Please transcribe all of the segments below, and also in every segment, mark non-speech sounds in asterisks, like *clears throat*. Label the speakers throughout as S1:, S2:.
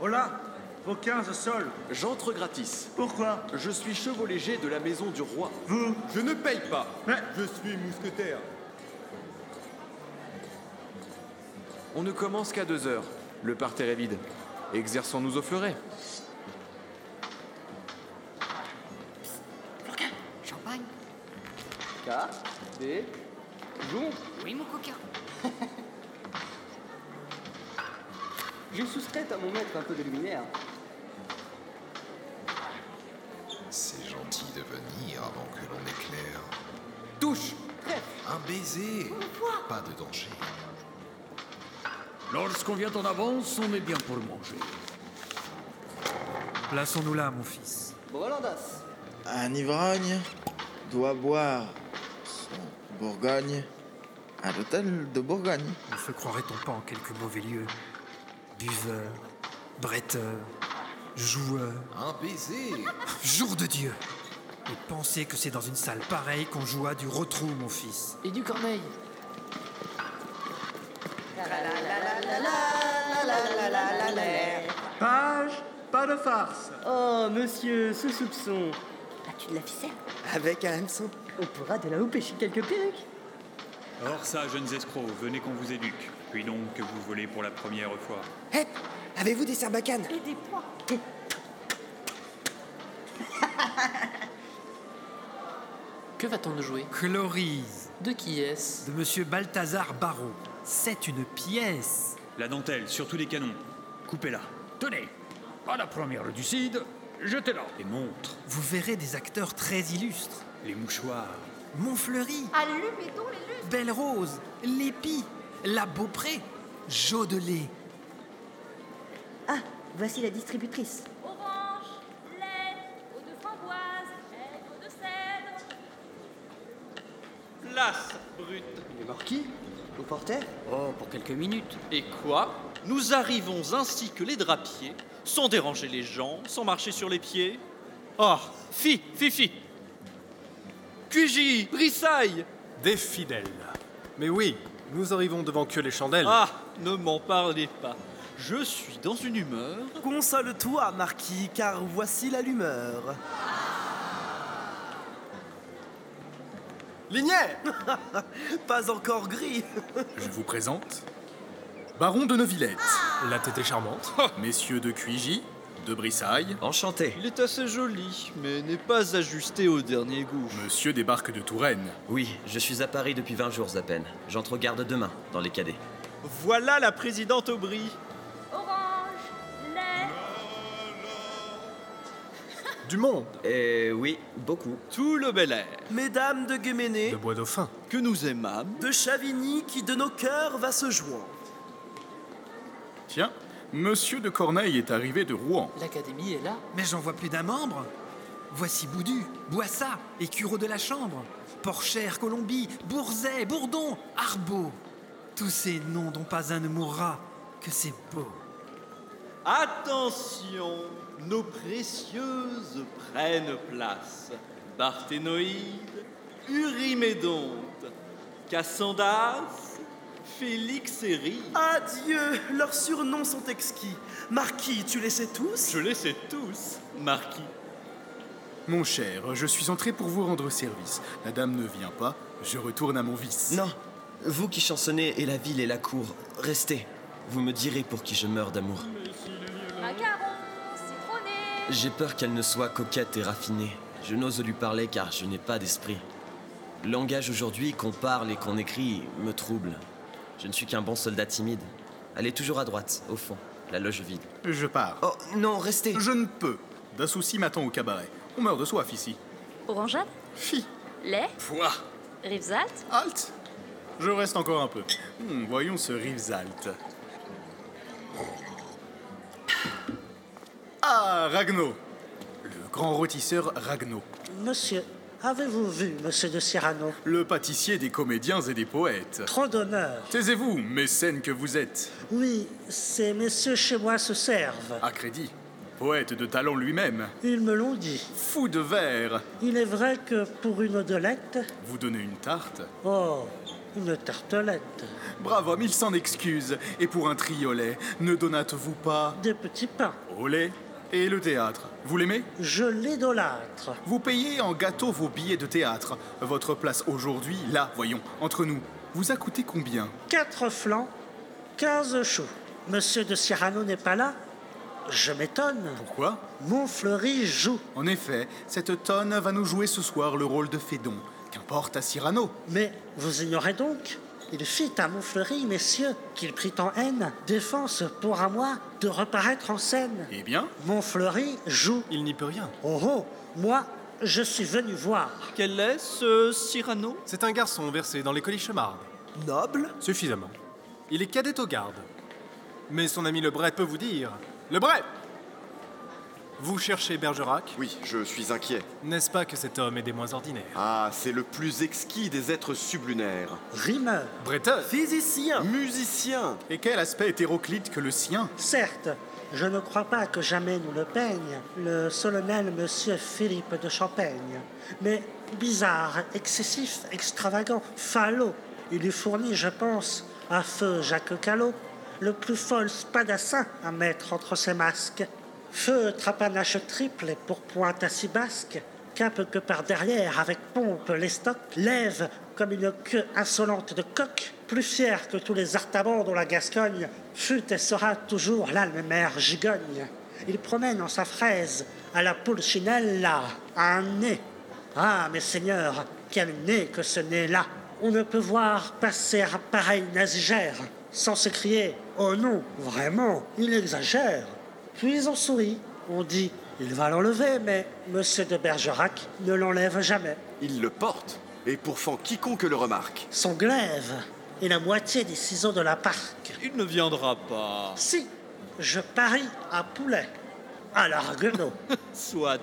S1: Hola Vos 15 sols.
S2: J'entre gratis.
S1: Pourquoi
S2: Je suis chevau léger de la maison du roi.
S1: Vous
S3: Je ne paye pas.
S1: Mais-
S3: Je suis mousquetaire.
S2: On ne commence qu'à deux heures. Le parterre est vide. Exerçons-nous au fleuret.
S4: Florquin, champagne.
S5: K, D, Jon,
S4: Oui,
S5: *laughs*
S4: mon coquin.
S5: j'ai soustrait à mon maître un peu de luminaire.
S6: C'est gentil de venir avant que l'on éclaire.
S5: Touche
S6: Un baiser Pas de danger.
S7: Lorsqu'on vient en avance, on est bien pour manger.
S1: Plaçons-nous là, mon fils.
S5: Brolandas
S8: Un ivrogne doit boire son Bourgogne à l'hôtel de Bourgogne.
S1: Ne se croirait-on pas en quelque mauvais lieu Buveur, bretteur, joueur.
S6: Un baiser
S1: Jour de Dieu Et pensez que c'est dans une salle pareille qu'on joue à du retrou, mon fils.
S5: Et du corneille Ah,
S1: Page, pas de farce
S9: Euh,
S5: Oh, monsieur, ce soupçon
S4: As-tu de la ficelle
S5: Avec un hameçon On pourra de là-haut pêcher quelques perruques
S10: Or ça, jeunes escrocs, venez qu'on vous éduque. Puis donc que vous volez pour la première fois.
S5: Hep Eh, Avez-vous des serbacanes
S4: Et des pois.
S9: Que va-t-on de jouer
S1: Chlorise,
S9: De qui est-ce
S1: de Monsieur Balthazar Barrault. C'est une pièce
S10: La dentelle, surtout les canons. Coupez-la.
S7: Tenez, à la première lucide, jetez-la.
S10: Les montres,
S1: Vous verrez des acteurs très illustres.
S10: les mouchoirs.
S1: Montfleury,
S4: Allumez-donc les luces.
S1: Belle Rose, Lépi, La Beaupré, Jodelet.
S4: Ah, voici la distributrice.
S11: Orange, lait, eau de framboise, eau de cèdre.
S12: Place, brute.
S5: Il est mort qui Au porteur
S9: Oh, pour quelques minutes.
S12: Et quoi Nous arrivons ainsi que les drapiers, sans déranger les gens, sans marcher sur les pieds. Oh, fi, fi, fi. Cuigi, Brissaille
S13: Des fidèles. Mais oui, nous arrivons devant que les chandelles.
S12: Ah, ne m'en parlez pas. Je suis dans une humeur.
S5: Console-toi, Marquis, car voici l'allumeur.
S13: Ligné
S2: *laughs*
S5: Pas encore gris
S13: Je vous présente Baron de Neuvillette. La tête est charmante. Messieurs de Cuigi, de Brissailles.
S2: Enchanté.
S12: Il est assez joli, mais n'est pas ajusté au dernier goût.
S13: Monsieur débarque de Touraine.
S2: Oui, je suis à Paris depuis 20 jours à peine. J'entre garde demain dans les cadets.
S12: Voilà la présidente Aubry.
S11: Orange, lait,
S13: Du monde.
S2: Eh oui, beaucoup.
S12: Tout le bel air
S5: Mesdames de Guéméné,
S13: De Bois Dauphin.
S12: que nous aimâmes.
S5: de Chavigny qui de nos cœurs va se joindre.
S13: Tiens, Monsieur de Corneille est arrivé de Rouen.
S9: L'académie est là.
S1: Mais j'en vois plus d'un membre. Voici Boudu, Boissa, Écuro de la Chambre, Porchère, Colombie, Bourzet, Bourdon, Arbeau. Tous ces noms dont pas un ne mourra, que c'est beau.
S12: Attention, nos précieuses prennent place. Barthénoïde, Urimédonte, Cassandas, Félix Héry.
S5: Adieu, leurs surnoms sont exquis. Marquis, tu les sais tous
S12: Je les sais tous, Marquis.
S13: Mon cher, je suis entré pour vous rendre service. La dame ne vient pas, je retourne à mon vice.
S2: Non, vous qui chansonnez et la ville et la cour, restez. Vous me direz pour qui je meurs d'amour.
S11: macaron, citronné.
S2: J'ai peur qu'elle ne soit coquette et raffinée. Je n'ose lui parler car je n'ai pas d'esprit. Le langage aujourd'hui qu'on parle et qu'on écrit me trouble. Je ne suis qu'un bon soldat timide. Allez toujours à droite, au fond, la loge vide.
S13: Je pars.
S2: Oh non, restez
S13: Je ne peux. D'un souci m'attend au cabaret. On meurt de soif ici.
S11: Orangeade,
S13: Fi.
S11: lait,
S13: Pouah.
S11: Rivesalt,
S13: Halte Je reste encore un peu. Hmm, voyons ce Rivesalt. Ah, Ragno Le grand rôtisseur Ragno.
S5: Monsieur, avez-vous vu Monsieur de Cyrano
S13: Le pâtissier des comédiens et des poètes.
S5: Trop d'honneur.
S13: Taisez-vous, mécène que vous êtes.
S5: Oui, ces messieurs chez moi se servent.
S13: À crédit. Poète de talent lui-même.
S5: Ils me l'ont dit.
S13: Fou de verre.
S5: Il est vrai que pour une odelette,
S13: Vous donnez une tarte
S5: oh,
S14: Une tartelette.
S13: Bravo, mille s'en excuse. Et pour un triolet, ne donâtes-vous pas
S14: Des petits pains.
S13: Au lait et le théâtre. Vous l'aimez
S14: Je l'idolâtre.
S13: Vous payez en gâteau vos billets de théâtre. Votre place aujourd'hui, là, voyons, entre nous, vous a coûté combien
S14: Quatre flancs, 15 choux. Monsieur de Cyrano n'est pas là Je m'étonne.
S13: Pourquoi
S14: Montfleury joue.
S13: En effet, cette tonne va nous jouer ce soir le rôle de Fédon. Qu'importe à Cyrano
S14: Mais vous ignorez donc il fit à Montfleury, messieurs, qu'il prit en haine, défense pour à moi de reparaître en scène.
S13: Eh bien
S14: Montfleury joue.
S13: Il n'y peut rien.
S14: Oh oh, moi, je suis venu voir.
S12: Quel est ce Cyrano
S15: C'est un garçon versé dans les colis chemardes.
S5: Noble
S15: Suffisamment. Il est cadet aux gardes. Mais son ami Lebret peut vous dire. Lebret Vous cherchez Bergerac
S16: Oui, je suis inquiet.
S15: N'est-ce pas que cet homme est des moins ordinaires
S16: Ah, c'est le plus exquis des êtres sublunaires.
S14: Rimeur.
S15: Bretteur.
S14: Physicien.
S16: Musicien.
S13: Et quel aspect hétéroclite que le sien
S14: Certes, je ne crois pas que jamais nous le peigne, le solennel monsieur Philippe de Champagne. Mais bizarre, excessif, extravagant, falot, il lui fournit, je pense, à feu Jacques Callot, le plus fol spadassin à mettre entre ses masques. Feu trapanache triple et pourpointe à six basques, cape que par derrière avec pompe l'estoc, lève comme une queue insolente de coq, plus fier que tous les artabans dont la Gascogne fut et sera toujours l'alme mère gigogne. Il promène en sa fraise à la poule chinella un nez. Ah, mes seigneurs, quel nez que ce nez-là! On ne peut voir passer un pareil nazigère sans s'écrier Oh non, vraiment, il exagère. Puis on sourit, on dit Il va l'enlever, mais Monsieur de Bergerac ne l'enlève jamais.
S16: Il le porte, et pourfend quiconque le remarque.
S14: Son glaive et la moitié des ciseaux de la parque.
S12: Il ne viendra pas.
S14: Si, je parie à poulet, à l'arguenot.
S12: *laughs* Soit.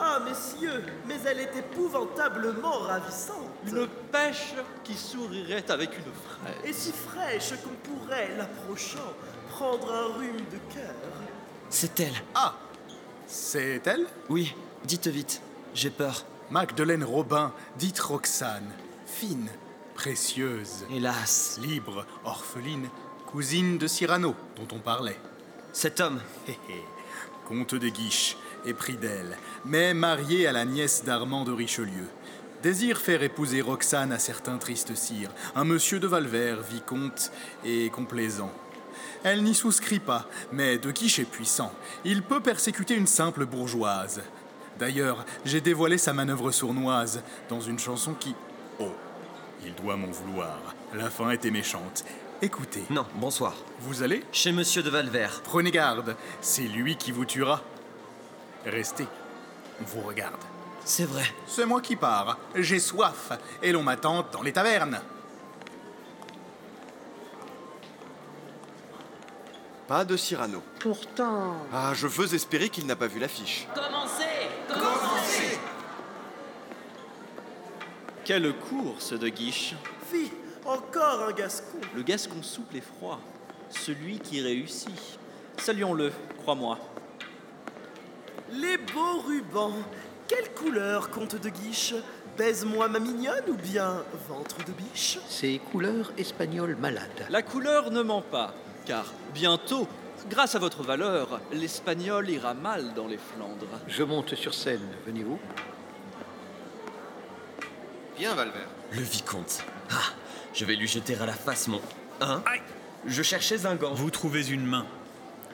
S5: Ah, messieurs, mais elle est épouvantablement ravissante.
S12: Une pêche qui sourirait avec une fraise.
S5: Et si fraîche qu'on pourrait, l'approchant, prendre un rhume de cœur.
S2: C'est elle.
S13: Ah C'est elle
S2: Oui, dites vite, j'ai peur.
S13: Magdeleine Robin, dite Roxane, fine, précieuse.
S2: Hélas.
S13: Libre, orpheline, cousine de Cyrano, dont on parlait.
S2: Cet homme.
S13: Hé hé, comte des Guiches et pris d'elle, mais marié à la nièce d'Armand de Richelieu. Désire faire épouser Roxane à certains tristes sires, un monsieur de Valvert, vicomte et complaisant. Elle n'y souscrit pas, mais de Guiche est puissant. Il peut persécuter une simple bourgeoise. D'ailleurs, j'ai dévoilé sa manœuvre sournoise dans une chanson qui. Oh, il doit m'en vouloir. La fin était méchante. Écoutez.
S2: Non, bonsoir.
S13: Vous allez
S2: Chez monsieur de Valvert.
S13: Prenez garde, c'est lui qui vous tuera. Restez. On vous regarde.
S2: C'est vrai.
S13: C'est moi qui pars. J'ai soif. Et l'on m'attend dans les tavernes.
S16: Pas de Cyrano.
S14: Pourtant.
S16: Ah, je veux espérer qu'il n'a pas vu l'affiche.
S17: Commencez Commencez
S12: Quelle course de guiche
S5: Fi Encore un gascon
S12: Le gascon souple et froid. Celui qui réussit. Saluons-le, crois-moi.
S5: Les beaux rubans Quelle couleur, comte de Guiche Baise-moi ma mignonne ou bien ventre de biche
S18: C'est couleur espagnole malade.
S12: La couleur ne ment pas, car bientôt, grâce à votre valeur, l'espagnol ira mal dans les Flandres.
S18: Je monte sur scène, venez-vous
S16: Bien, Valvert.
S2: Le vicomte. Ah, je vais lui jeter à la face mon. Hein Aïe Je cherchais un gant.
S10: Vous trouvez une main.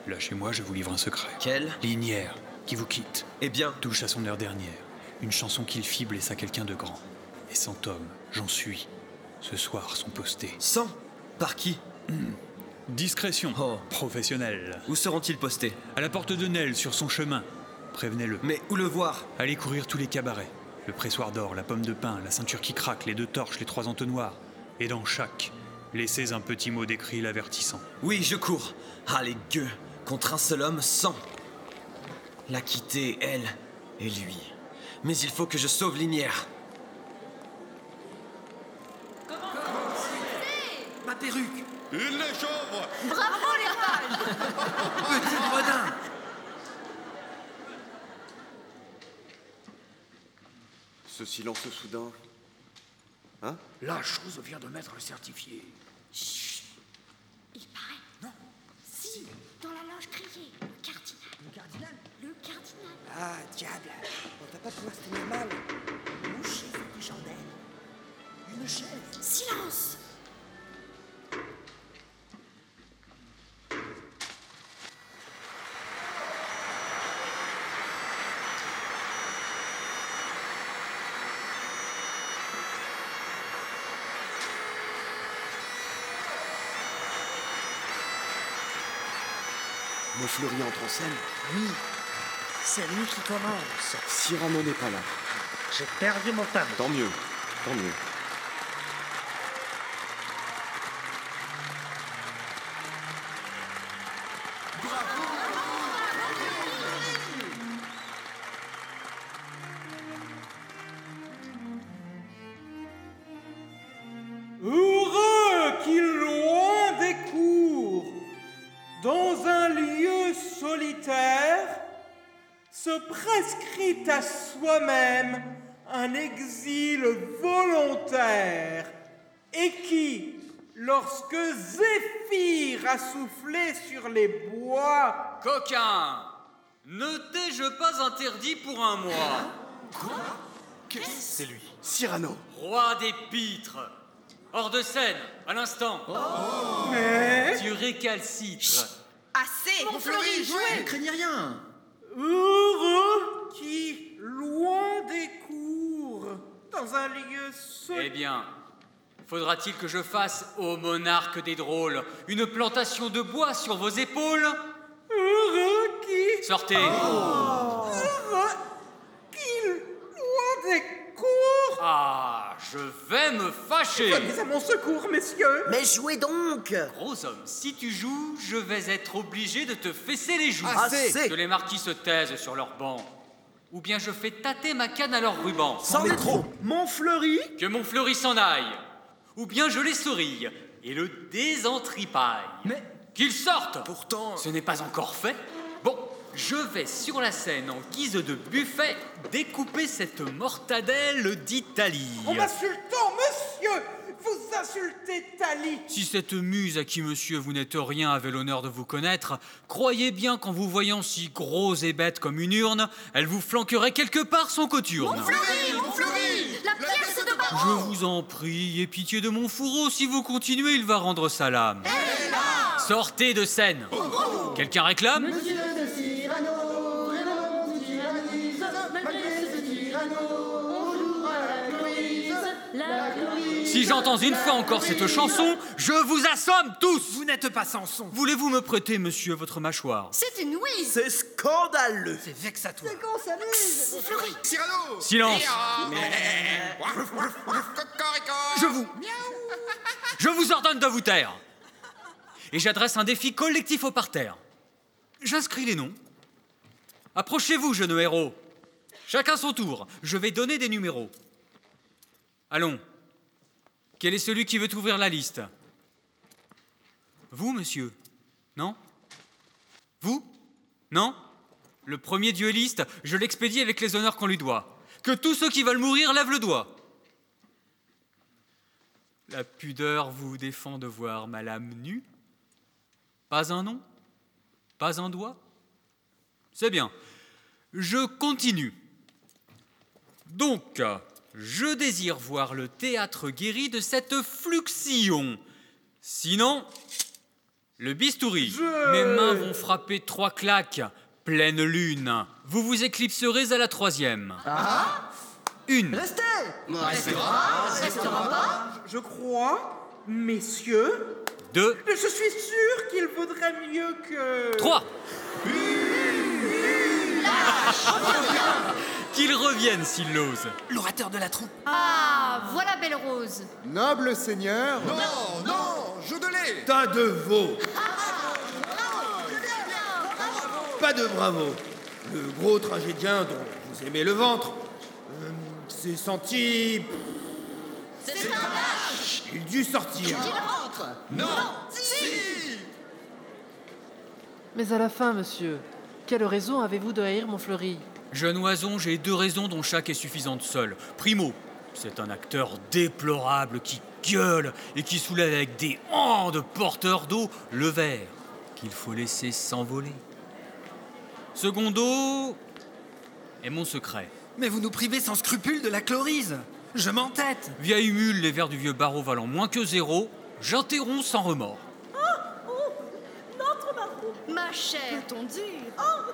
S10: Lâchez-moi, je vous livre un secret.
S2: Quelle
S10: Linière qui vous quitte.
S2: Eh bien
S10: Touche à son heure dernière. Une chanson qu'il fit blessa quelqu'un de grand. Et cent hommes, j'en suis, ce soir sont postés.
S2: Cent Par qui
S10: mmh. Discrétion.
S2: Oh.
S10: Professionnelle.
S2: Où seront-ils postés
S10: À la porte de Nel, sur son chemin. Prévenez-le.
S2: Mais où le voir
S10: Allez courir tous les cabarets. Le pressoir d'or, la pomme de pin, la ceinture qui craque, les deux torches, les trois entonnoirs. Et dans chaque, laissez un petit mot d'écrit l'avertissant.
S2: Oui, je cours. Ah, les gueux Contre un seul homme, cent la quitter, elle et lui. Mais il faut que je sauve Linière.
S11: Comment
S1: Ma perruque
S3: Il est chauve
S11: Bravo les rapages
S1: Petit gredin
S16: Ce silence soudain. Hein
S7: La chose vient de mettre le certifié.
S11: Il paraît. Non. Si, dans la loge criée, le cardinal. Le cardinal Le cardinal.
S19: Ah, diable On va pas pouvoir se tenir mal. Mouchez cette chandelle. Une chaise.
S11: Silence
S16: Le fleuri entre en scène.
S14: Oui, c'est lui qui commence.
S16: Cyrano n'est pas là.
S14: J'ai perdu mon pari.
S16: Tant mieux, tant mieux.
S20: Heureux qui, loin des cours, dans un lieu solitaire, se prescrit à soi-même un exil volontaire, et qui, lorsque Zéphyr a soufflé sur les bois,
S21: Coquin Ne t'ai-je pas interdit pour un mois
S16: Qu'est-ce C'est lui. Cyrano.
S21: Roi des pitres Hors de scène, à l'instant
S7: Oh.
S20: Mais-
S21: Tu récalcitres
S20: Assez
S19: Mon fleuri, jouez Ne craignez
S20: rien Heureux qui, loin des cours, dans un lieu
S21: Eh bien, faudra-t-il que je fasse, ô monarque des drôles, une plantation de bois sur vos épaules
S20: Heureux qui...
S21: Sortez
S7: Oh.
S20: Heureux qui, loin des cours...
S21: Ah, je vais me fâcher
S20: Venez à mon secours, messieurs
S19: Mais jouez donc
S21: Gros homme, si tu joues, je vais être obligé de te fesser les joues.
S19: Assez. Assez.
S21: Que les marquis se taisent sur leur banc. Ou bien je fais tâter ma canne à leur ruban.
S5: Mon fleuri
S21: Que mon fleuri s'en aille. Ou bien je les souris et le désentripaille. Mais. Qu'ils sortent Pourtant. Ce n'est pas encore fait. Bon, je vais sur la scène en guise de buffet découper cette mortadelle d'Italie.
S20: En m'insultant, monsieur Vous insultez Tali
S21: Si cette muse à qui monsieur vous n'êtes rien avait l'honneur de vous connaître, croyez bien qu'en vous voyant si gros et bête comme une urne, elle vous flanquerait quelque part sans coturne.
S17: Mon fleuri La pièce de
S21: Je vous en prie, ayez pitié de mon fourreau, si vous continuez, il va rendre sa lame. Sortez de scène
S11: Oh,
S21: Quelqu'un réclame
S17: Monsieur de Cyrano, vraiment du tyrannisme, malgré ce tyranno, on jouera la Cloïse, la Cloïse.
S21: Si j'entends une fois encore cette chanson, je vous assomme tous Vous n'êtes pas Samson Voulez-vous me prêter, monsieur, votre mâchoire
S4: C'est une ouïe
S21: C'est scandaleux C'est vexatoire
S4: C'est con, ça muse Fleury
S19: Cyrano
S21: Silence.
S4: ah,
S21: Je vous... Je vous ordonne de vous taire Et j'adresse un défi collectif au parterre. J'inscris les noms. Approchez-vous, jeunes héros. Chacun son tour. Je vais donner des numéros. Allons. Quel est celui qui veut ouvrir la liste Vous, monsieur Non Vous Non Le premier duelliste, je l'expédie avec les honneurs qu'on lui doit. Que tous ceux qui veulent mourir lèvent le doigt. La pudeur vous défend de voir madame nue Pas un nom Pas un doigt C'est bien. Je continue. Donc, je désire voir le théâtre guéri de cette fluxion. Sinon, le bistouri. Mes mains vont frapper trois claques. Pleine lune. Vous vous éclipserez à la troisième. Une.
S20: Restez
S17: Restera, restera pas.
S20: Je crois, messieurs...
S21: Deux.
S20: Je suis sûr qu'il vaudrait mieux que...
S21: Trois. Qu'ils reviennent s'ils l'osent.
S20: L'orateur de la troupe.
S4: Ah, voilà Belle Rose
S15: Noble seigneur
S6: Non,
S17: Oh,
S6: non, je de l'ai
S15: Tas de veau
S22: Pas de bravo. Le gros tragédien dont vous aimez le ventre euh, s'est senti.
S17: C'est un lâche
S22: Il dut sortir.
S17: rentre
S22: Non.
S17: Si
S23: Mais à la fin, monsieur, quelle raison avez-vous de haïr mon fleuri
S21: Jeune oison, j'ai deux raisons dont chaque est suffisante seule. Primo, c'est un acteur déplorable qui gueule et qui soulève avec des hanches de porteur d'eau le verre qu'il faut laisser s'envoler. Secondo est mon secret.
S1: Mais vous nous privez sans scrupule de la chlorise Je m'entête
S21: Vieille mule, les verres du vieux barreau valant moins que zéro, j'interromps sans remords.
S4: Ah, Notre Margot Ma chère oh, Peut-on dire Oh,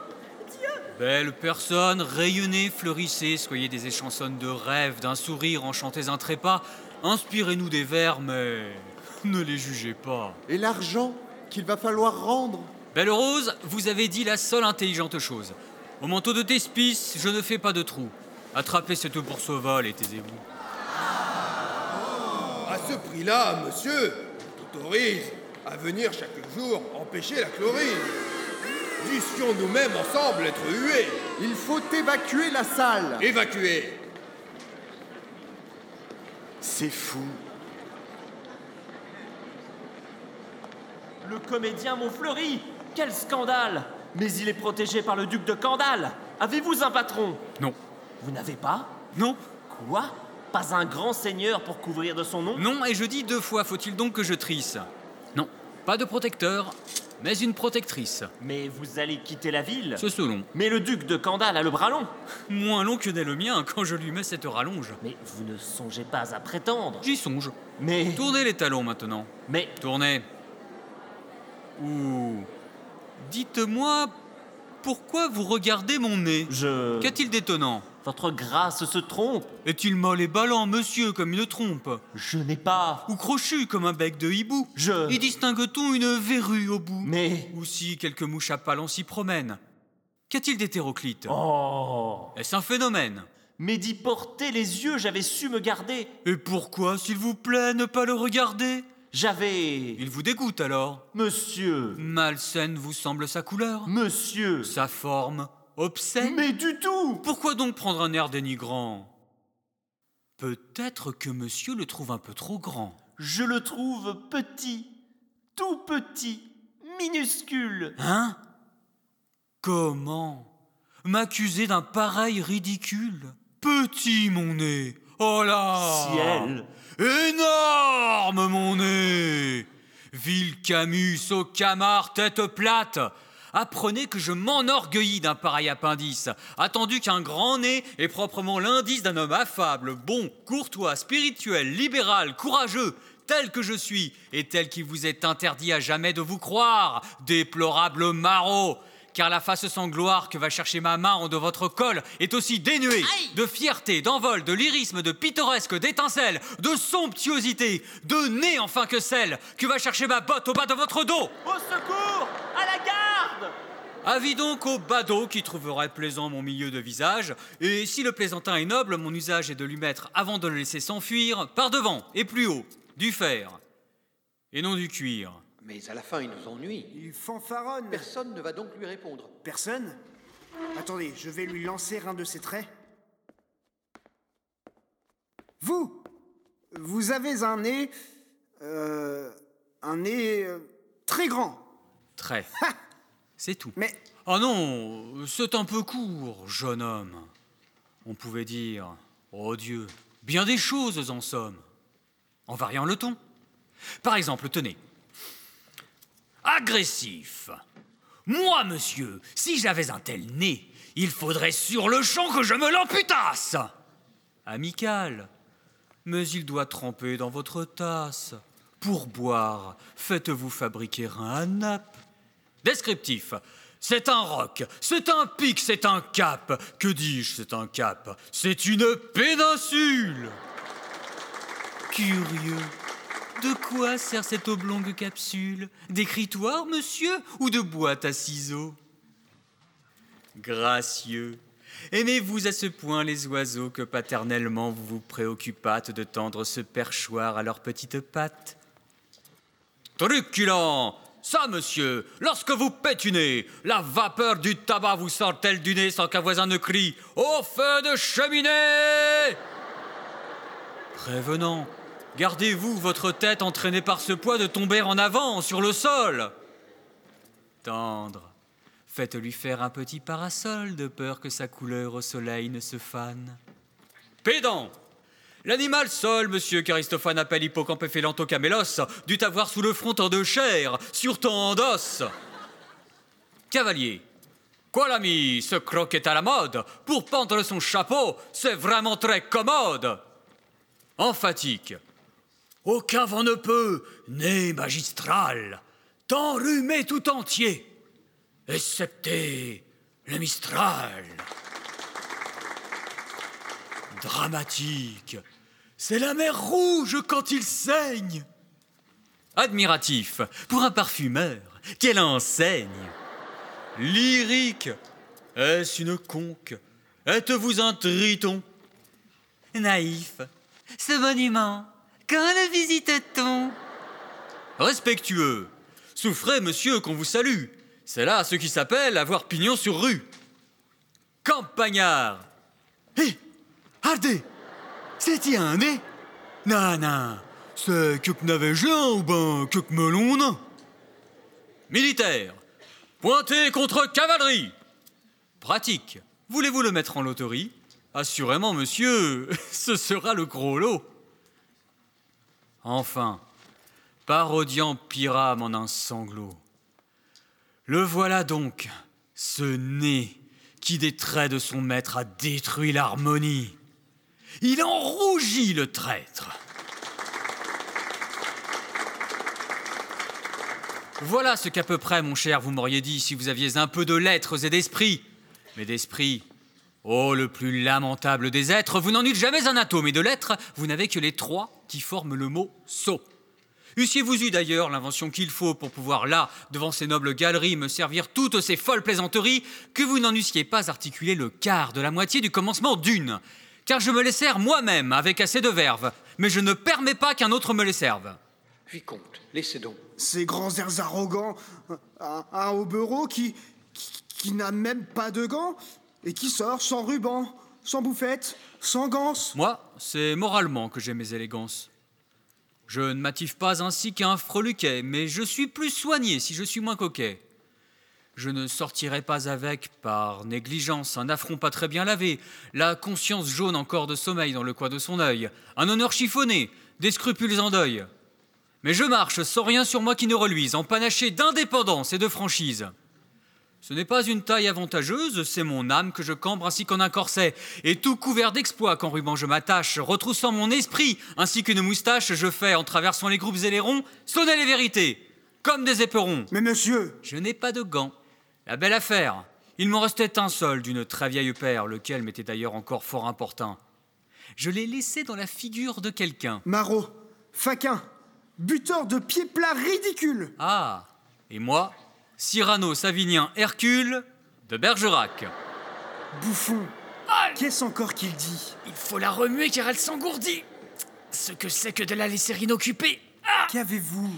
S4: Dieu
S21: Belles personnes, rayonnez, fleurissez, soyez des échansonnes de rêve, d'un sourire, enchantez un trépas, inspirez-nous des vers, mais *laughs* ne les jugez pas.
S16: Et l'argent qu'il va falloir rendre
S21: Belle Rose, vous avez dit la seule intelligente chose. Au manteau de Tespice, je ne fais pas de trou. Attrapez cette ours au vol et taisez-vous.
S22: À ce prix-là, monsieur, on t'autorise à venir chaque jour empêcher la chlorine. Dussions nous-mêmes ensemble être hués.
S16: Il faut évacuer la salle.
S22: Évacués.
S16: C'est fou.
S8: Le comédien Montfleury Quel scandale Mais il est protégé par le duc de Candale Avez-vous un patron
S21: Non.
S8: Vous n'avez pas
S21: Non.
S8: Quoi Pas un grand seigneur pour couvrir de son nom
S21: Non, et je dis deux fois, faut-il donc que je trisse Non, pas de protecteur, mais une protectrice.
S8: Mais vous allez quitter la ville
S21: Ce selon.
S8: Mais le duc de Candale a le bras long
S21: Moins long que n'est le mien quand je lui mets cette rallonge.
S8: Mais vous ne songez pas à prétendre
S21: J'y songe.
S8: Mais.
S21: Tournez les talons maintenant.
S8: Mais.
S21: Tournez. Ou. Dites-moi, pourquoi vous regardez mon nez
S8: Je.
S21: Qu'a-t-il d'étonnant
S8: Votre grâce se trompe
S21: Est-il molle et ballant, monsieur, comme une trompe
S8: Je n'ai pas.
S21: Ou crochu comme un bec de hibou
S8: Je.
S21: Y distingue-t-on une verrue au bout
S8: Mais.
S21: Ou si quelques mouches à palan s'y promènent Qu'a-t-il d'hétéroclite
S8: Oh
S21: Est-ce un phénomène
S8: Mais d'y porter les yeux, j'avais su me garder
S21: Et pourquoi, s'il vous plaît, ne pas le regarder
S8: J'avais.
S21: Il vous dégoûte alors
S8: Monsieur
S21: Malsaine vous semble sa couleur
S8: Monsieur
S21: Sa forme Obscène
S8: Mais du tout
S21: Pourquoi donc prendre un air dénigrant Peut-être que monsieur le trouve un peu trop grand.
S8: Je le trouve petit, tout petit, minuscule.
S21: Hein Comment M'accuser d'un pareil ridicule Petit mon nez Oh là
S8: Ciel
S21: Énorme mon nez Vil Camus, au Camar, tête plate Apprenez que je m'enorgueillis d'un pareil appendice, attendu qu'un grand nez est proprement l'indice d'un homme affable, bon, courtois, spirituel, libéral, courageux, tel que je suis, et tel qu'il vous est interdit à jamais de vous croire, déplorable maraud car la face sans gloire que va chercher ma main en de votre col est aussi dénuée de fierté, d'envol, de lyrisme, de pittoresque, d'étincelle, de somptuosité, de nez enfin que celle que va chercher ma botte au bas de votre dos.
S8: Au secours À la garde
S21: Avis donc au badaud qui trouverait plaisant mon milieu de visage, et si le plaisantin est noble, mon usage est de lui mettre, avant de le laisser s'enfuir, par devant et plus haut, du fer, et non du cuir.
S18: Mais à la fin, il nous ennuie.
S19: Il fanfaronne.
S18: Personne ne va donc lui répondre.
S19: Personne Attendez, je vais lui lancer un de ses traits. Vous Vous avez un nez. euh, un nez euh, très grand.
S21: Très.
S19: Ha
S21: C'est tout.
S19: Mais
S21: Oh non, c'est un peu court, jeune homme. On pouvait dire, oh Dieu, bien des choses en somme, en variant le ton. Par exemple, tenez. Agressif. Moi, monsieur, si j'avais un tel nez, il faudrait sur le champ que je me l'amputasse. Amical. Mais il doit tremper dans votre tasse. Pour boire, faites-vous fabriquer un nappe. Descriptif. C'est un roc, c'est un pic, c'est un cap. Que dis-je, c'est un cap C'est une péninsule Curieux. De quoi sert cette oblongue capsule D'écritoire, monsieur, ou de boîte à ciseaux Gracieux. Aimez-vous à ce point les oiseaux que paternellement vous vous préoccupâtes de tendre ce perchoir à leurs petites pattes Truculent Ça, monsieur, lorsque vous pétunez, la vapeur du tabac vous sort-elle du nez sans qu'un voisin ne crie Au feu de cheminée Prévenant, gardez-vous votre tête entraînée par ce poids de tomber en avant sur le sol. Tendre, Faites-lui faire un petit parasol de peur que sa couleur au soleil ne se fane. Pédant L'animal seul, monsieur qu'Aristophane appelle hippocampe camélos, dut avoir sous le front tant de chair, sur tant d'os. Cavalier, quoi l'ami, ce croc est à la mode, pour pendre son chapeau, c'est vraiment très commode. Emphatique, aucun vent ne peut, né magistral, t'enrhumer tout entier, excepté le Mistral. Dramatique, c'est la mer rouge quand il saigne. Admiratif, pour un parfumeur, quelle enseigne. Lyrique, est-ce une conque Êtes-vous un triton
S9: Naïf, ce monument, quand le visite-t-on
S21: Respectueux. Souffrez, monsieur, qu'on vous salue. C'est là ce qui s'appelle avoir pignon sur rue. Campagnard.
S13: Hé
S21: Eh,
S13: Hardé C'est-y un nez Non, non. C'est que n'avais je ou ben que melon non
S21: Militaire. Pointé contre cavalerie. Pratique. Voulez-vous le mettre en loterie Assurément, monsieur, *laughs* ce sera le gros lot. Enfin, parodiant Pyram en un sanglot. Le voilà donc, ce nez qui des traits de son maître a détruit l'harmonie. Il en rougit le traître. Voilà ce qu'à peu près, mon cher, vous m'auriez dit si vous aviez un peu de lettres et d'esprit. Mais d'esprit, oh le plus lamentable des êtres, vous n'en eûtes jamais un atome, et de lettres, vous n'avez que les trois qui forment le mot sot. Eussiez-vous eu d'ailleurs l'invention qu'il faut pour pouvoir là, devant ces nobles galeries, me servir toutes ces folles plaisanteries, que vous n'en eussiez pas articulé le quart de la moitié du commencement d'une, car je me les sers moi-même avec assez de verve, mais je ne permets pas qu'un autre me les serve.
S18: Vicomte, laissez donc.
S19: Ces grands airs arrogants, un, un hobereau qui, qui, qui n'a même pas de gants et qui sort sans ruban, sans bouffette, sans gants.
S21: Moi, c'est moralement que j'ai mes élégances. Je ne m'attive pas ainsi qu'un freluquet, mais je suis plus soigné si je suis moins coquet. Je ne sortirai pas avec, par négligence, un affront pas très bien lavé, la conscience jaune encore de sommeil dans le coin de son œil, un honneur chiffonné, des scrupules en deuil. Mais je marche sans rien sur moi qui ne reluise, empanaché d'indépendance et de franchise. Ce n'est pas une taille avantageuse, c'est mon âme que je cambre ainsi qu'en un corset, et tout couvert d'exploits qu'en ruban je m'attache, retroussant mon esprit, ainsi qu'une moustache, je fais, en traversant les groupes et les ronds, sonner les vérités, comme des éperons.
S19: Mais monsieur
S21: Je n'ai pas de gants. La belle affaire Il m'en restait un seul d'une très vieille paire, lequel m'était d'ailleurs encore fort important. Je l'ai laissé dans la figure de quelqu'un.
S19: Marot, faquin, buteur de pieds plats ridicule
S21: Ah Et moi Cyrano, Savinien, Hercule de Bergerac.
S19: Bouffon Qu'est-ce encore qu'il dit
S23: Il faut la remuer car elle s'engourdit. Ce que c'est que de la laisser inoccupée. Ah
S19: Qu'avez-vous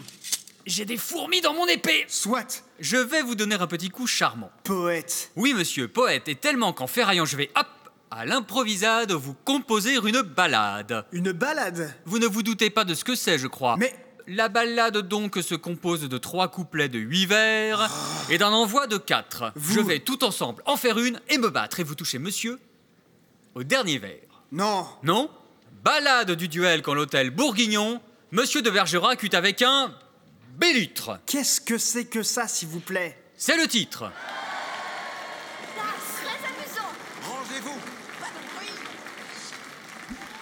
S23: J'ai des fourmis dans mon épée.
S19: Soit
S21: Je vais vous donner un petit coup charmant.
S19: Poète
S21: Oui, monsieur, poète, et tellement qu'en ferraillant, je vais hop à l'improvisade vous composer une ballade.
S19: Une ballade
S21: Vous ne vous doutez pas de ce que c'est, je crois.
S19: Mais
S21: la ballade donc se compose de trois couplets de huit vers et d'un envoi de quatre.
S19: Oh. Vous-
S21: Je vais tout ensemble en faire une et me battre et vous touchez monsieur au dernier vers.
S19: Non
S21: Non Ballade du duel quand l'hôtel Bourguignon, monsieur de Bergerac eut avec un bélitre.
S19: Qu'est-ce que c'est que ça, s'il vous plaît
S21: C'est le titre.
S11: Très amusant
S3: Rangez-vous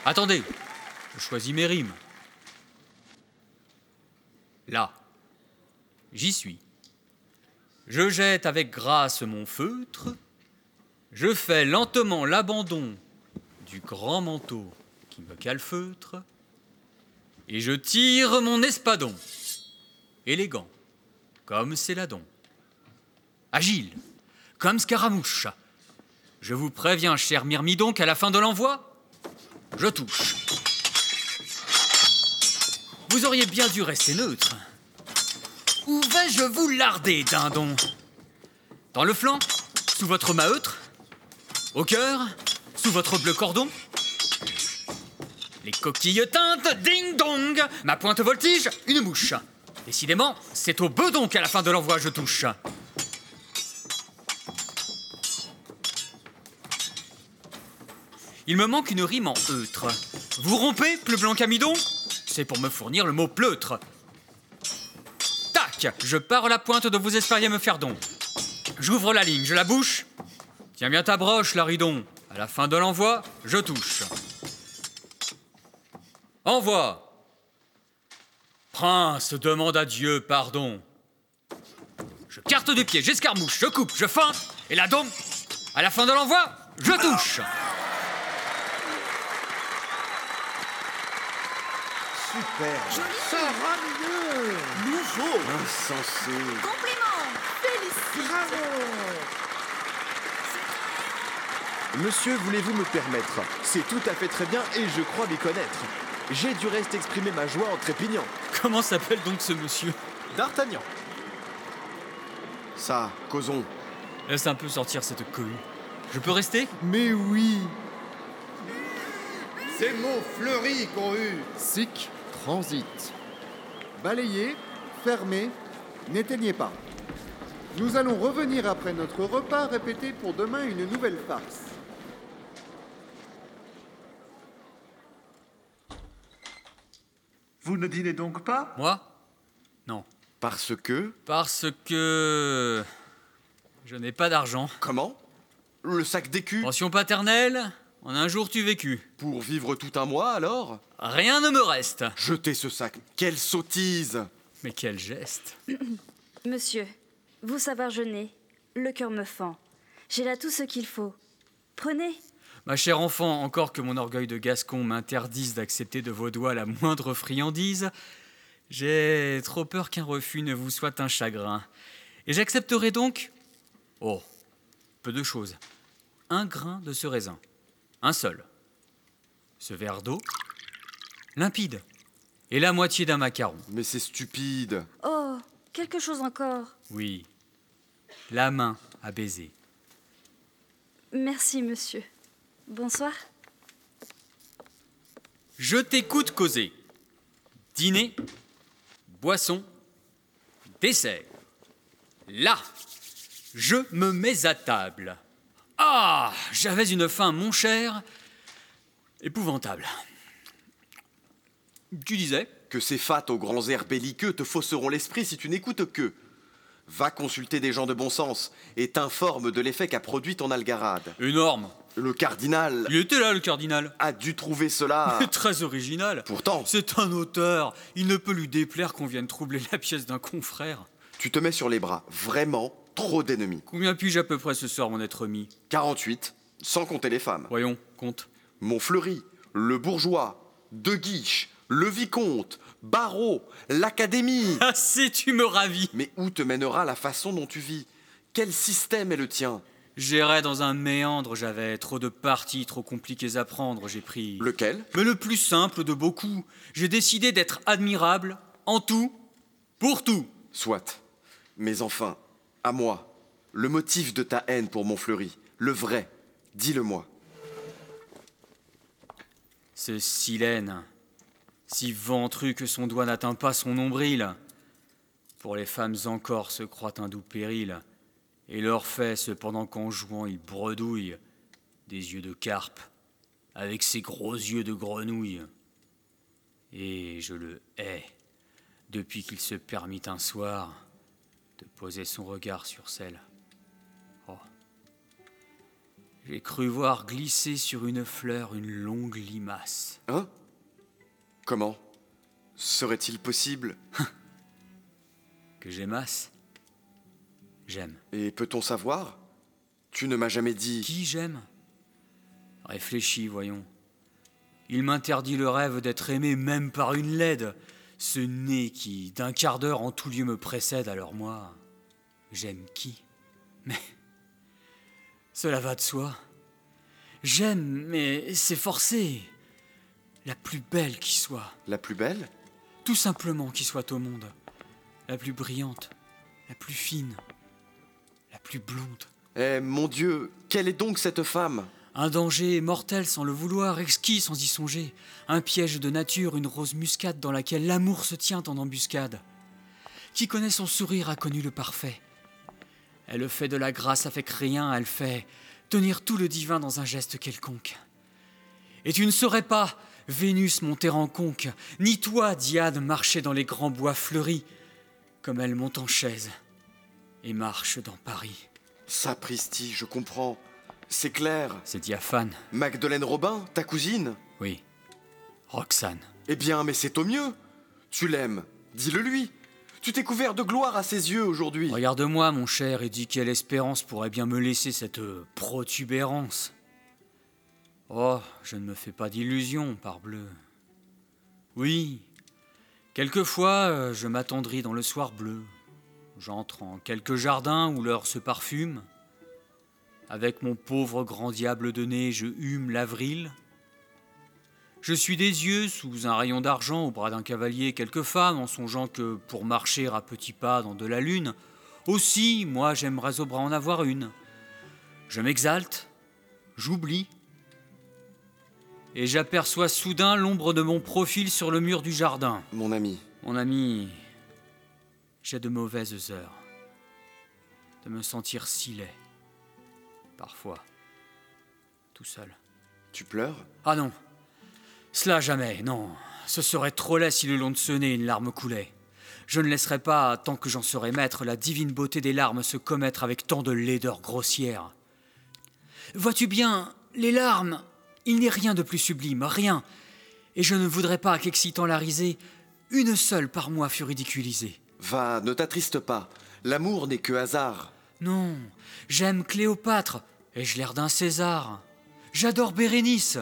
S21: Attendez, je choisis mes rimes. Là, j'y suis. Je jette avec grâce mon feutre. Je fais lentement l'abandon du grand manteau qui me calfeutre. Et je tire mon espadon, élégant, comme Céladon. Agile, comme Scaramouche. Je vous préviens, cher Myrmidon, qu'à la fin de l'envoi, je touche. Vous auriez bien dû rester neutre. Où vais-je vous larder, dindon Dans le flanc Sous votre maeutre Au cœur Sous votre bleu cordon Les coquilles teintes, ding-dong Ma pointe voltige, une mouche. Décidément, c'est au bedon qu'à la fin de l'envoi je touche. Il me manque une rime en eutre. Vous rompez, pleu blanc camidon C'est pour me fournir le mot pleutre. Tac Je pars la pointe de vous espériez me faire don. J'ouvre la ligne, je la bouche. Tiens bien ta broche, Laridon. À la fin de l'envoi, je touche. Envoi Prince demande à Dieu pardon. Je carte du pied, j'escarmouche, je coupe, je feins, et là donc, à la fin de l'envoi, je touche
S16: Super
S20: Ça mieux
S5: Nouveau
S16: Insensé
S4: Compliment
S20: Bravo
S16: Monsieur, voulez-vous me permettre C'est tout à fait très bien et je crois m'y connaître. J'ai du reste exprimé ma joie en trépignant.
S21: Comment s'appelle donc ce monsieur
S15: D'Artagnan.
S16: Ça, causons.
S21: Laisse un peu sortir cette cohue. Je peux rester
S16: Mais oui
S22: Ces mots fleuris qu'ont eu.
S16: Sic, transit. Balayez, fermez, n'éteignez pas. Nous allons revenir après notre repas répéter pour demain une nouvelle farce.
S2: Vous ne dînez donc pas
S21: Moi Non.
S16: Parce que
S21: Parce que. Je n'ai pas d'argent.
S16: Comment Le sac d'écus
S21: Pension paternelle En un jour tu vécus.
S16: Pour vivre tout un mois alors
S21: Rien ne me reste.
S16: Jetez ce sac. Quelle sottise
S21: Mais quel geste
S10: *clears throat* Monsieur, vous savoir jeûner, le cœur me fend. J'ai là tout ce qu'il faut. Prenez.
S21: Ma chère enfant, encore que mon orgueil de gascon m'interdise d'accepter de vos doigts la moindre friandise, j'ai trop peur qu'un refus ne vous soit un chagrin. Et j'accepterai donc. Oh, peu de choses. Un grain de ce raisin. Un seul. Ce verre d'eau. Limpide. Et la moitié d'un macaron.
S16: Mais c'est stupide.
S10: Oh, quelque chose encore.
S21: Oui. La main à baiser.
S10: Merci, monsieur. Bonsoir.
S21: Je t'écoute causer. Dîner, boisson, dessert. Là, je me mets à table. Ah, j'avais une faim, mon cher, épouvantable. Tu disais
S16: Que ces fats aux grands airs belliqueux te fausseront l'esprit si tu n'écoutes que. Va consulter des gens de bon sens et t'informe de l'effet qu'a produit ton algarade.
S21: Énorme.
S16: Le cardinal
S21: Il était là, le cardinal.
S16: a dû
S21: *laughs*
S16: trouver cela.
S21: Très original.
S16: Ah. Pourtant,
S21: C'est un auteur. Il ne peut lui déplaire qu'on vienne troubler la pièce d'un confrère.
S16: tu te mets sur les bras. Vraiment, trop d'ennemis.
S21: Combien puis-je à peu près ce soir, mon être mis
S16: 48, sans compter les femmes.
S21: Voyons, compte.
S16: Montfleury, le bourgeois, De Guiche, le vicomte, Barreau, l'Académie.
S21: *laughs* Ah, si tu me ravis
S16: Mais où te mènera la façon dont tu vis Quel système est le tien
S21: J'irai dans un méandre, j'avais trop de parties, trop compliquées à prendre, j'ai pris.
S16: Lequel
S21: Mais le plus simple de beaucoup, j'ai décidé d'être admirable, en tout, pour tout.
S16: Soit. Mais enfin, à moi, le motif de ta haine pour Montfleury, le vrai, dis-le-moi.
S21: Ce si laine, si ventru que son doigt n'atteint pas son nombril. Pour les femmes encore se croit un doux péril, et leur fesses, pendant qu'en jouant ils bredouillent, des yeux de carpe, avec ses gros yeux de grenouille. Et je le hais, depuis qu'il se permit un soir de poser son regard sur celle. Oh. J'ai cru voir glisser sur une fleur une longue limace.
S16: Hein Comment Serait-il possible
S21: *laughs* Que j'aimasse J'aime.
S16: Et peut-on savoir Tu ne m'as jamais dit.
S21: Qui j'aime Réfléchis, voyons. Il m'interdit le rêve d'être aimé même par une laide. Ce nez qui, d'un quart d'heure en tout lieu, me précède, alors moi, j'aime qui Mais. Cela va de soi. J'aime, mais c'est forcé. La plus belle qui soit.
S16: La plus belle
S21: Tout simplement qui soit au monde. La plus brillante, la plus fine, la plus blonde.
S16: Eh mon Dieu, quelle est donc cette femme
S21: Un danger mortel sans le vouloir, exquis sans y songer. Un piège de nature, une rose muscade dans laquelle l'amour se tient en embuscade. Qui connaît son sourire a connu le parfait. Elle fait de la grâce avec rien, elle fait tenir tout le divin dans un geste quelconque. Et tu ne saurais pas, Vénus monter en conque, ni toi, Diane, marcher dans les grands bois fleuris, comme elle monte en chaise et marche dans Paris.
S16: Sapristi, je comprends. C'est clair.
S21: C'est diaphane.
S16: Magdeleine Robin, ta cousine
S21: Oui. Roxane.
S16: Eh bien, mais c'est au mieux. Tu l'aimes. Dis-le lui. Tu t'es couvert de gloire à ses yeux aujourd'hui.
S21: Regarde-moi, mon cher, et dis quelle espérance pourrait bien me laisser cette euh, protubérance. Oh, je ne me fais pas d'illusions, parbleu. Oui, quelquefois euh, je m'attendris dans le soir bleu. J'entre en quelques jardins où l'heure se parfume. Avec mon pauvre grand diable de nez, je hume l'avril. Je suis des yeux sous un rayon d'argent au bras d'un cavalier quelques femmes en songeant que pour marcher à petits pas dans de la lune, aussi moi j'aimerais au bras en avoir une. Je m'exalte, j'oublie, et j'aperçois soudain l'ombre de mon profil sur le mur du jardin.
S16: Mon ami.
S21: Mon ami, j'ai de mauvaises heures, de me sentir si laid, parfois, tout seul.
S16: Tu pleures
S21: Ah non, cela jamais, non. Ce serait trop laid si le long de ce nez une larme coulait. Je ne laisserai pas, tant que j'en serai maître, la divine beauté des larmes se commettre avec tant de laideur grossière. Vois-tu bien, les larmes, il n'est rien de plus sublime, rien. Et je ne voudrais pas qu'excitant la risée, une seule par moi fût ridiculisée.
S16: Va, ne t'attriste pas. L'amour n'est que hasard.
S21: Non, j'aime Cléopâtre, et je l'air d'un César. J'adore Bérénice,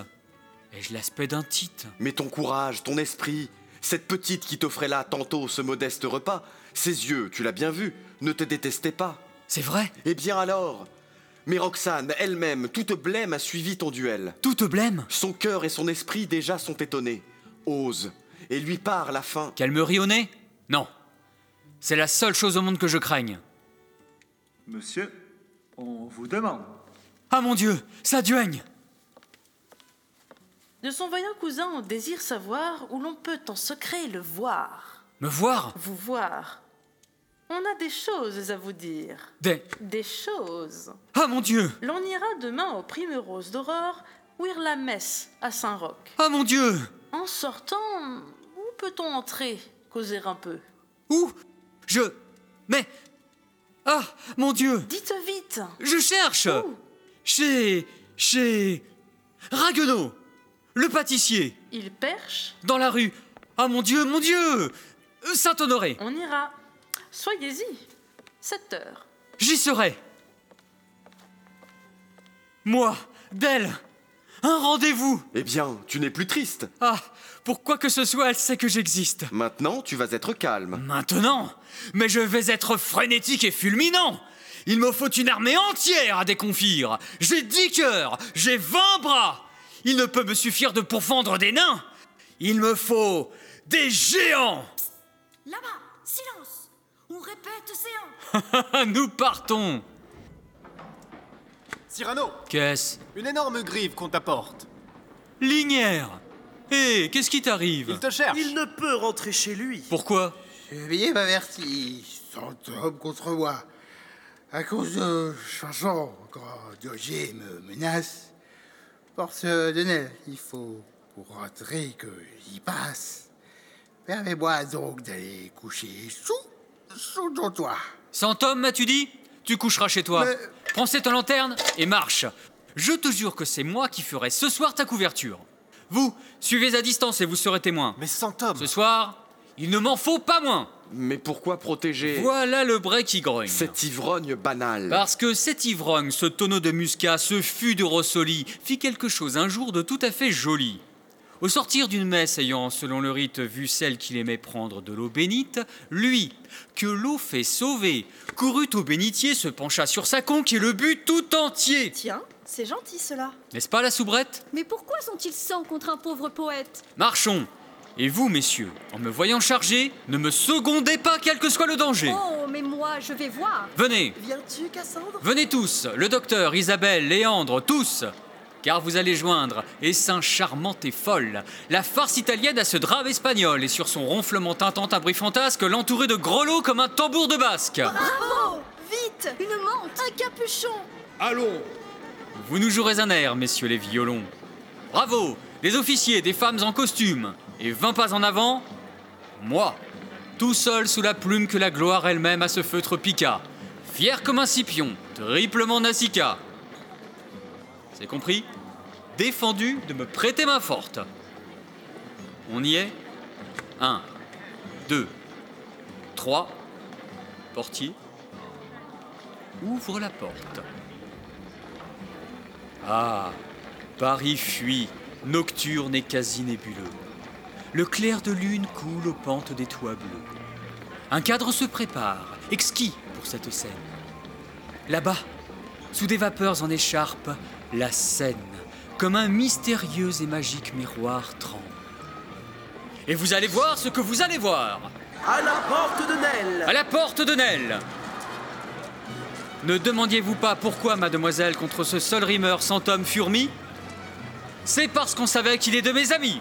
S21: et je l'aspect d'un Tite.
S16: Mais ton courage, ton esprit, cette petite qui t'offrait là tantôt ce modeste repas, ses yeux, tu l'as bien vu, ne te détestaient pas.
S21: C'est vrai
S16: Eh bien alors Mais Roxane, elle-même, toute blême, a suivi ton duel.
S21: Toute blême
S16: Son cœur et son esprit déjà sont étonnés. Ose, et lui parle afin.
S21: Qu'elle me rit au nez Non. C'est la seule chose au monde que je craigne.
S20: Monsieur, on vous demande.
S21: Ah mon Dieu, ça duègne
S24: De son voyant cousin, on désire savoir où l'on peut en secret le voir.
S21: Me voir
S24: Vous voir. On a des choses à vous dire.
S21: Des.
S24: Des choses.
S21: Ah mon Dieu
S24: L'on ira demain au Primerose d'Aurore, ouïr la messe à Saint-Roch.
S21: Ah mon Dieu
S24: En sortant, où peut-on entrer, causer un peu
S21: Où Je. Mais. Ah mon Dieu
S24: Dites vite
S21: Je cherche
S24: Où
S21: Chez. chez. Raguenaud Le pâtissier
S24: Il perche
S21: Dans la rue Ah mon Dieu, mon Dieu Euh, Saint-Honoré
S24: On ira. Soyez-y. 7 heures.
S21: J'y serai Moi, d'elle Un rendez-vous
S16: Eh bien, tu n'es plus triste.
S21: Ah Pour quoi que ce soit, elle sait que j'existe
S16: Maintenant, tu vas être calme.
S21: Maintenant Mais je vais être frénétique et fulminant Il me faut une armée entière à déconfire J'ai dix cœurs J'ai vingt bras Il ne peut me suffire de pourfendre des nains Il me faut des géants *laughs*
S25: Là-bas, silence On répète séance
S21: Nous partons
S12: Cyrano,
S21: Qu'est-ce
S12: une énorme grive qu'on t'apporte.
S21: Linière Hé, qu'est-ce qui t'arrive
S12: Il te cherche.
S26: Il ne peut rentrer chez lui.
S21: Pourquoi
S13: Veuillez m'avertir, sans homme contre moi. À cause de Chanson, quand Dogé me menace, force de Nel, il faut pour rentrer que j'y passe. Permets-moi donc d'aller coucher sous, sous ton toit.
S21: Sans homme, m'as-tu dit Tu coucheras chez toi.
S13: Mais-
S21: Prends cette lanterne et marche. Je te jure que c'est moi qui ferai ce soir ta couverture. Vous, suivez à distance et vous serez témoin.
S12: Mais sans homme.
S21: Ce soir, il ne m'en faut pas moins.
S16: Mais pourquoi protéger
S21: Voilà le bray qui grogne.
S16: cet ivrogne banal
S21: Parce que cet ivrogne, ce tonneau de muscat, ce fût de Rossoli, fit quelque chose un jour de tout à fait joli. Au sortir d'une messe ayant, selon le rite, vu celle qu'il aimait prendre de l'eau bénite, lui, que l'eau fait sauver, courut au bénitier, se pencha sur sa conque et le but tout entier.
S4: Tiens, c'est gentil cela.
S21: N'est-ce pas la soubrette
S4: Mais pourquoi sont-ils sans contre un pauvre poète
S21: Marchons Et vous, messieurs, en me voyant chargé, ne me secondez pas quel que soit le danger
S4: Oh, mais moi, je vais voir.
S21: Venez
S4: Viens-tu, Cassandre
S21: Venez tous, le docteur, Isabelle, Léandre, tous car vous allez joindre, et saint charmante et folle, la farce italienne à ce drame espagnol, et sur son ronflement tintant un bruit fantasque, l'entourer de grelots comme un tambour de basque.
S4: Bravo Vite Une menthe Un capuchon
S27: Allons
S21: Vous nous jouerez un air, messieurs les violons. Bravo des officiers, des femmes en costume, et vingt pas en avant, moi, tout seul sous la plume que la gloire elle-même à ce feutre piqua, fier comme un scipion, triplement nasica. C'est compris Défendu de me prêter main forte. On y est 1, 2, 3, portier, ouvre la porte. Ah, Paris fuit, nocturne et quasi nébuleux. Le clair de lune coule aux pentes des toits bleus. Un cadre se prépare, exquis pour cette scène. Là-bas, sous des vapeurs en écharpe, la Seine, comme un mystérieux et magique miroir, tremble. Et vous allez voir ce que vous allez voir
S5: À la porte de Nel
S21: À la porte de Nel Ne demandiez-vous pas pourquoi, mademoiselle, contre ce seul rimeur sans homme furmi C'est parce qu'on savait qu'il est de mes amis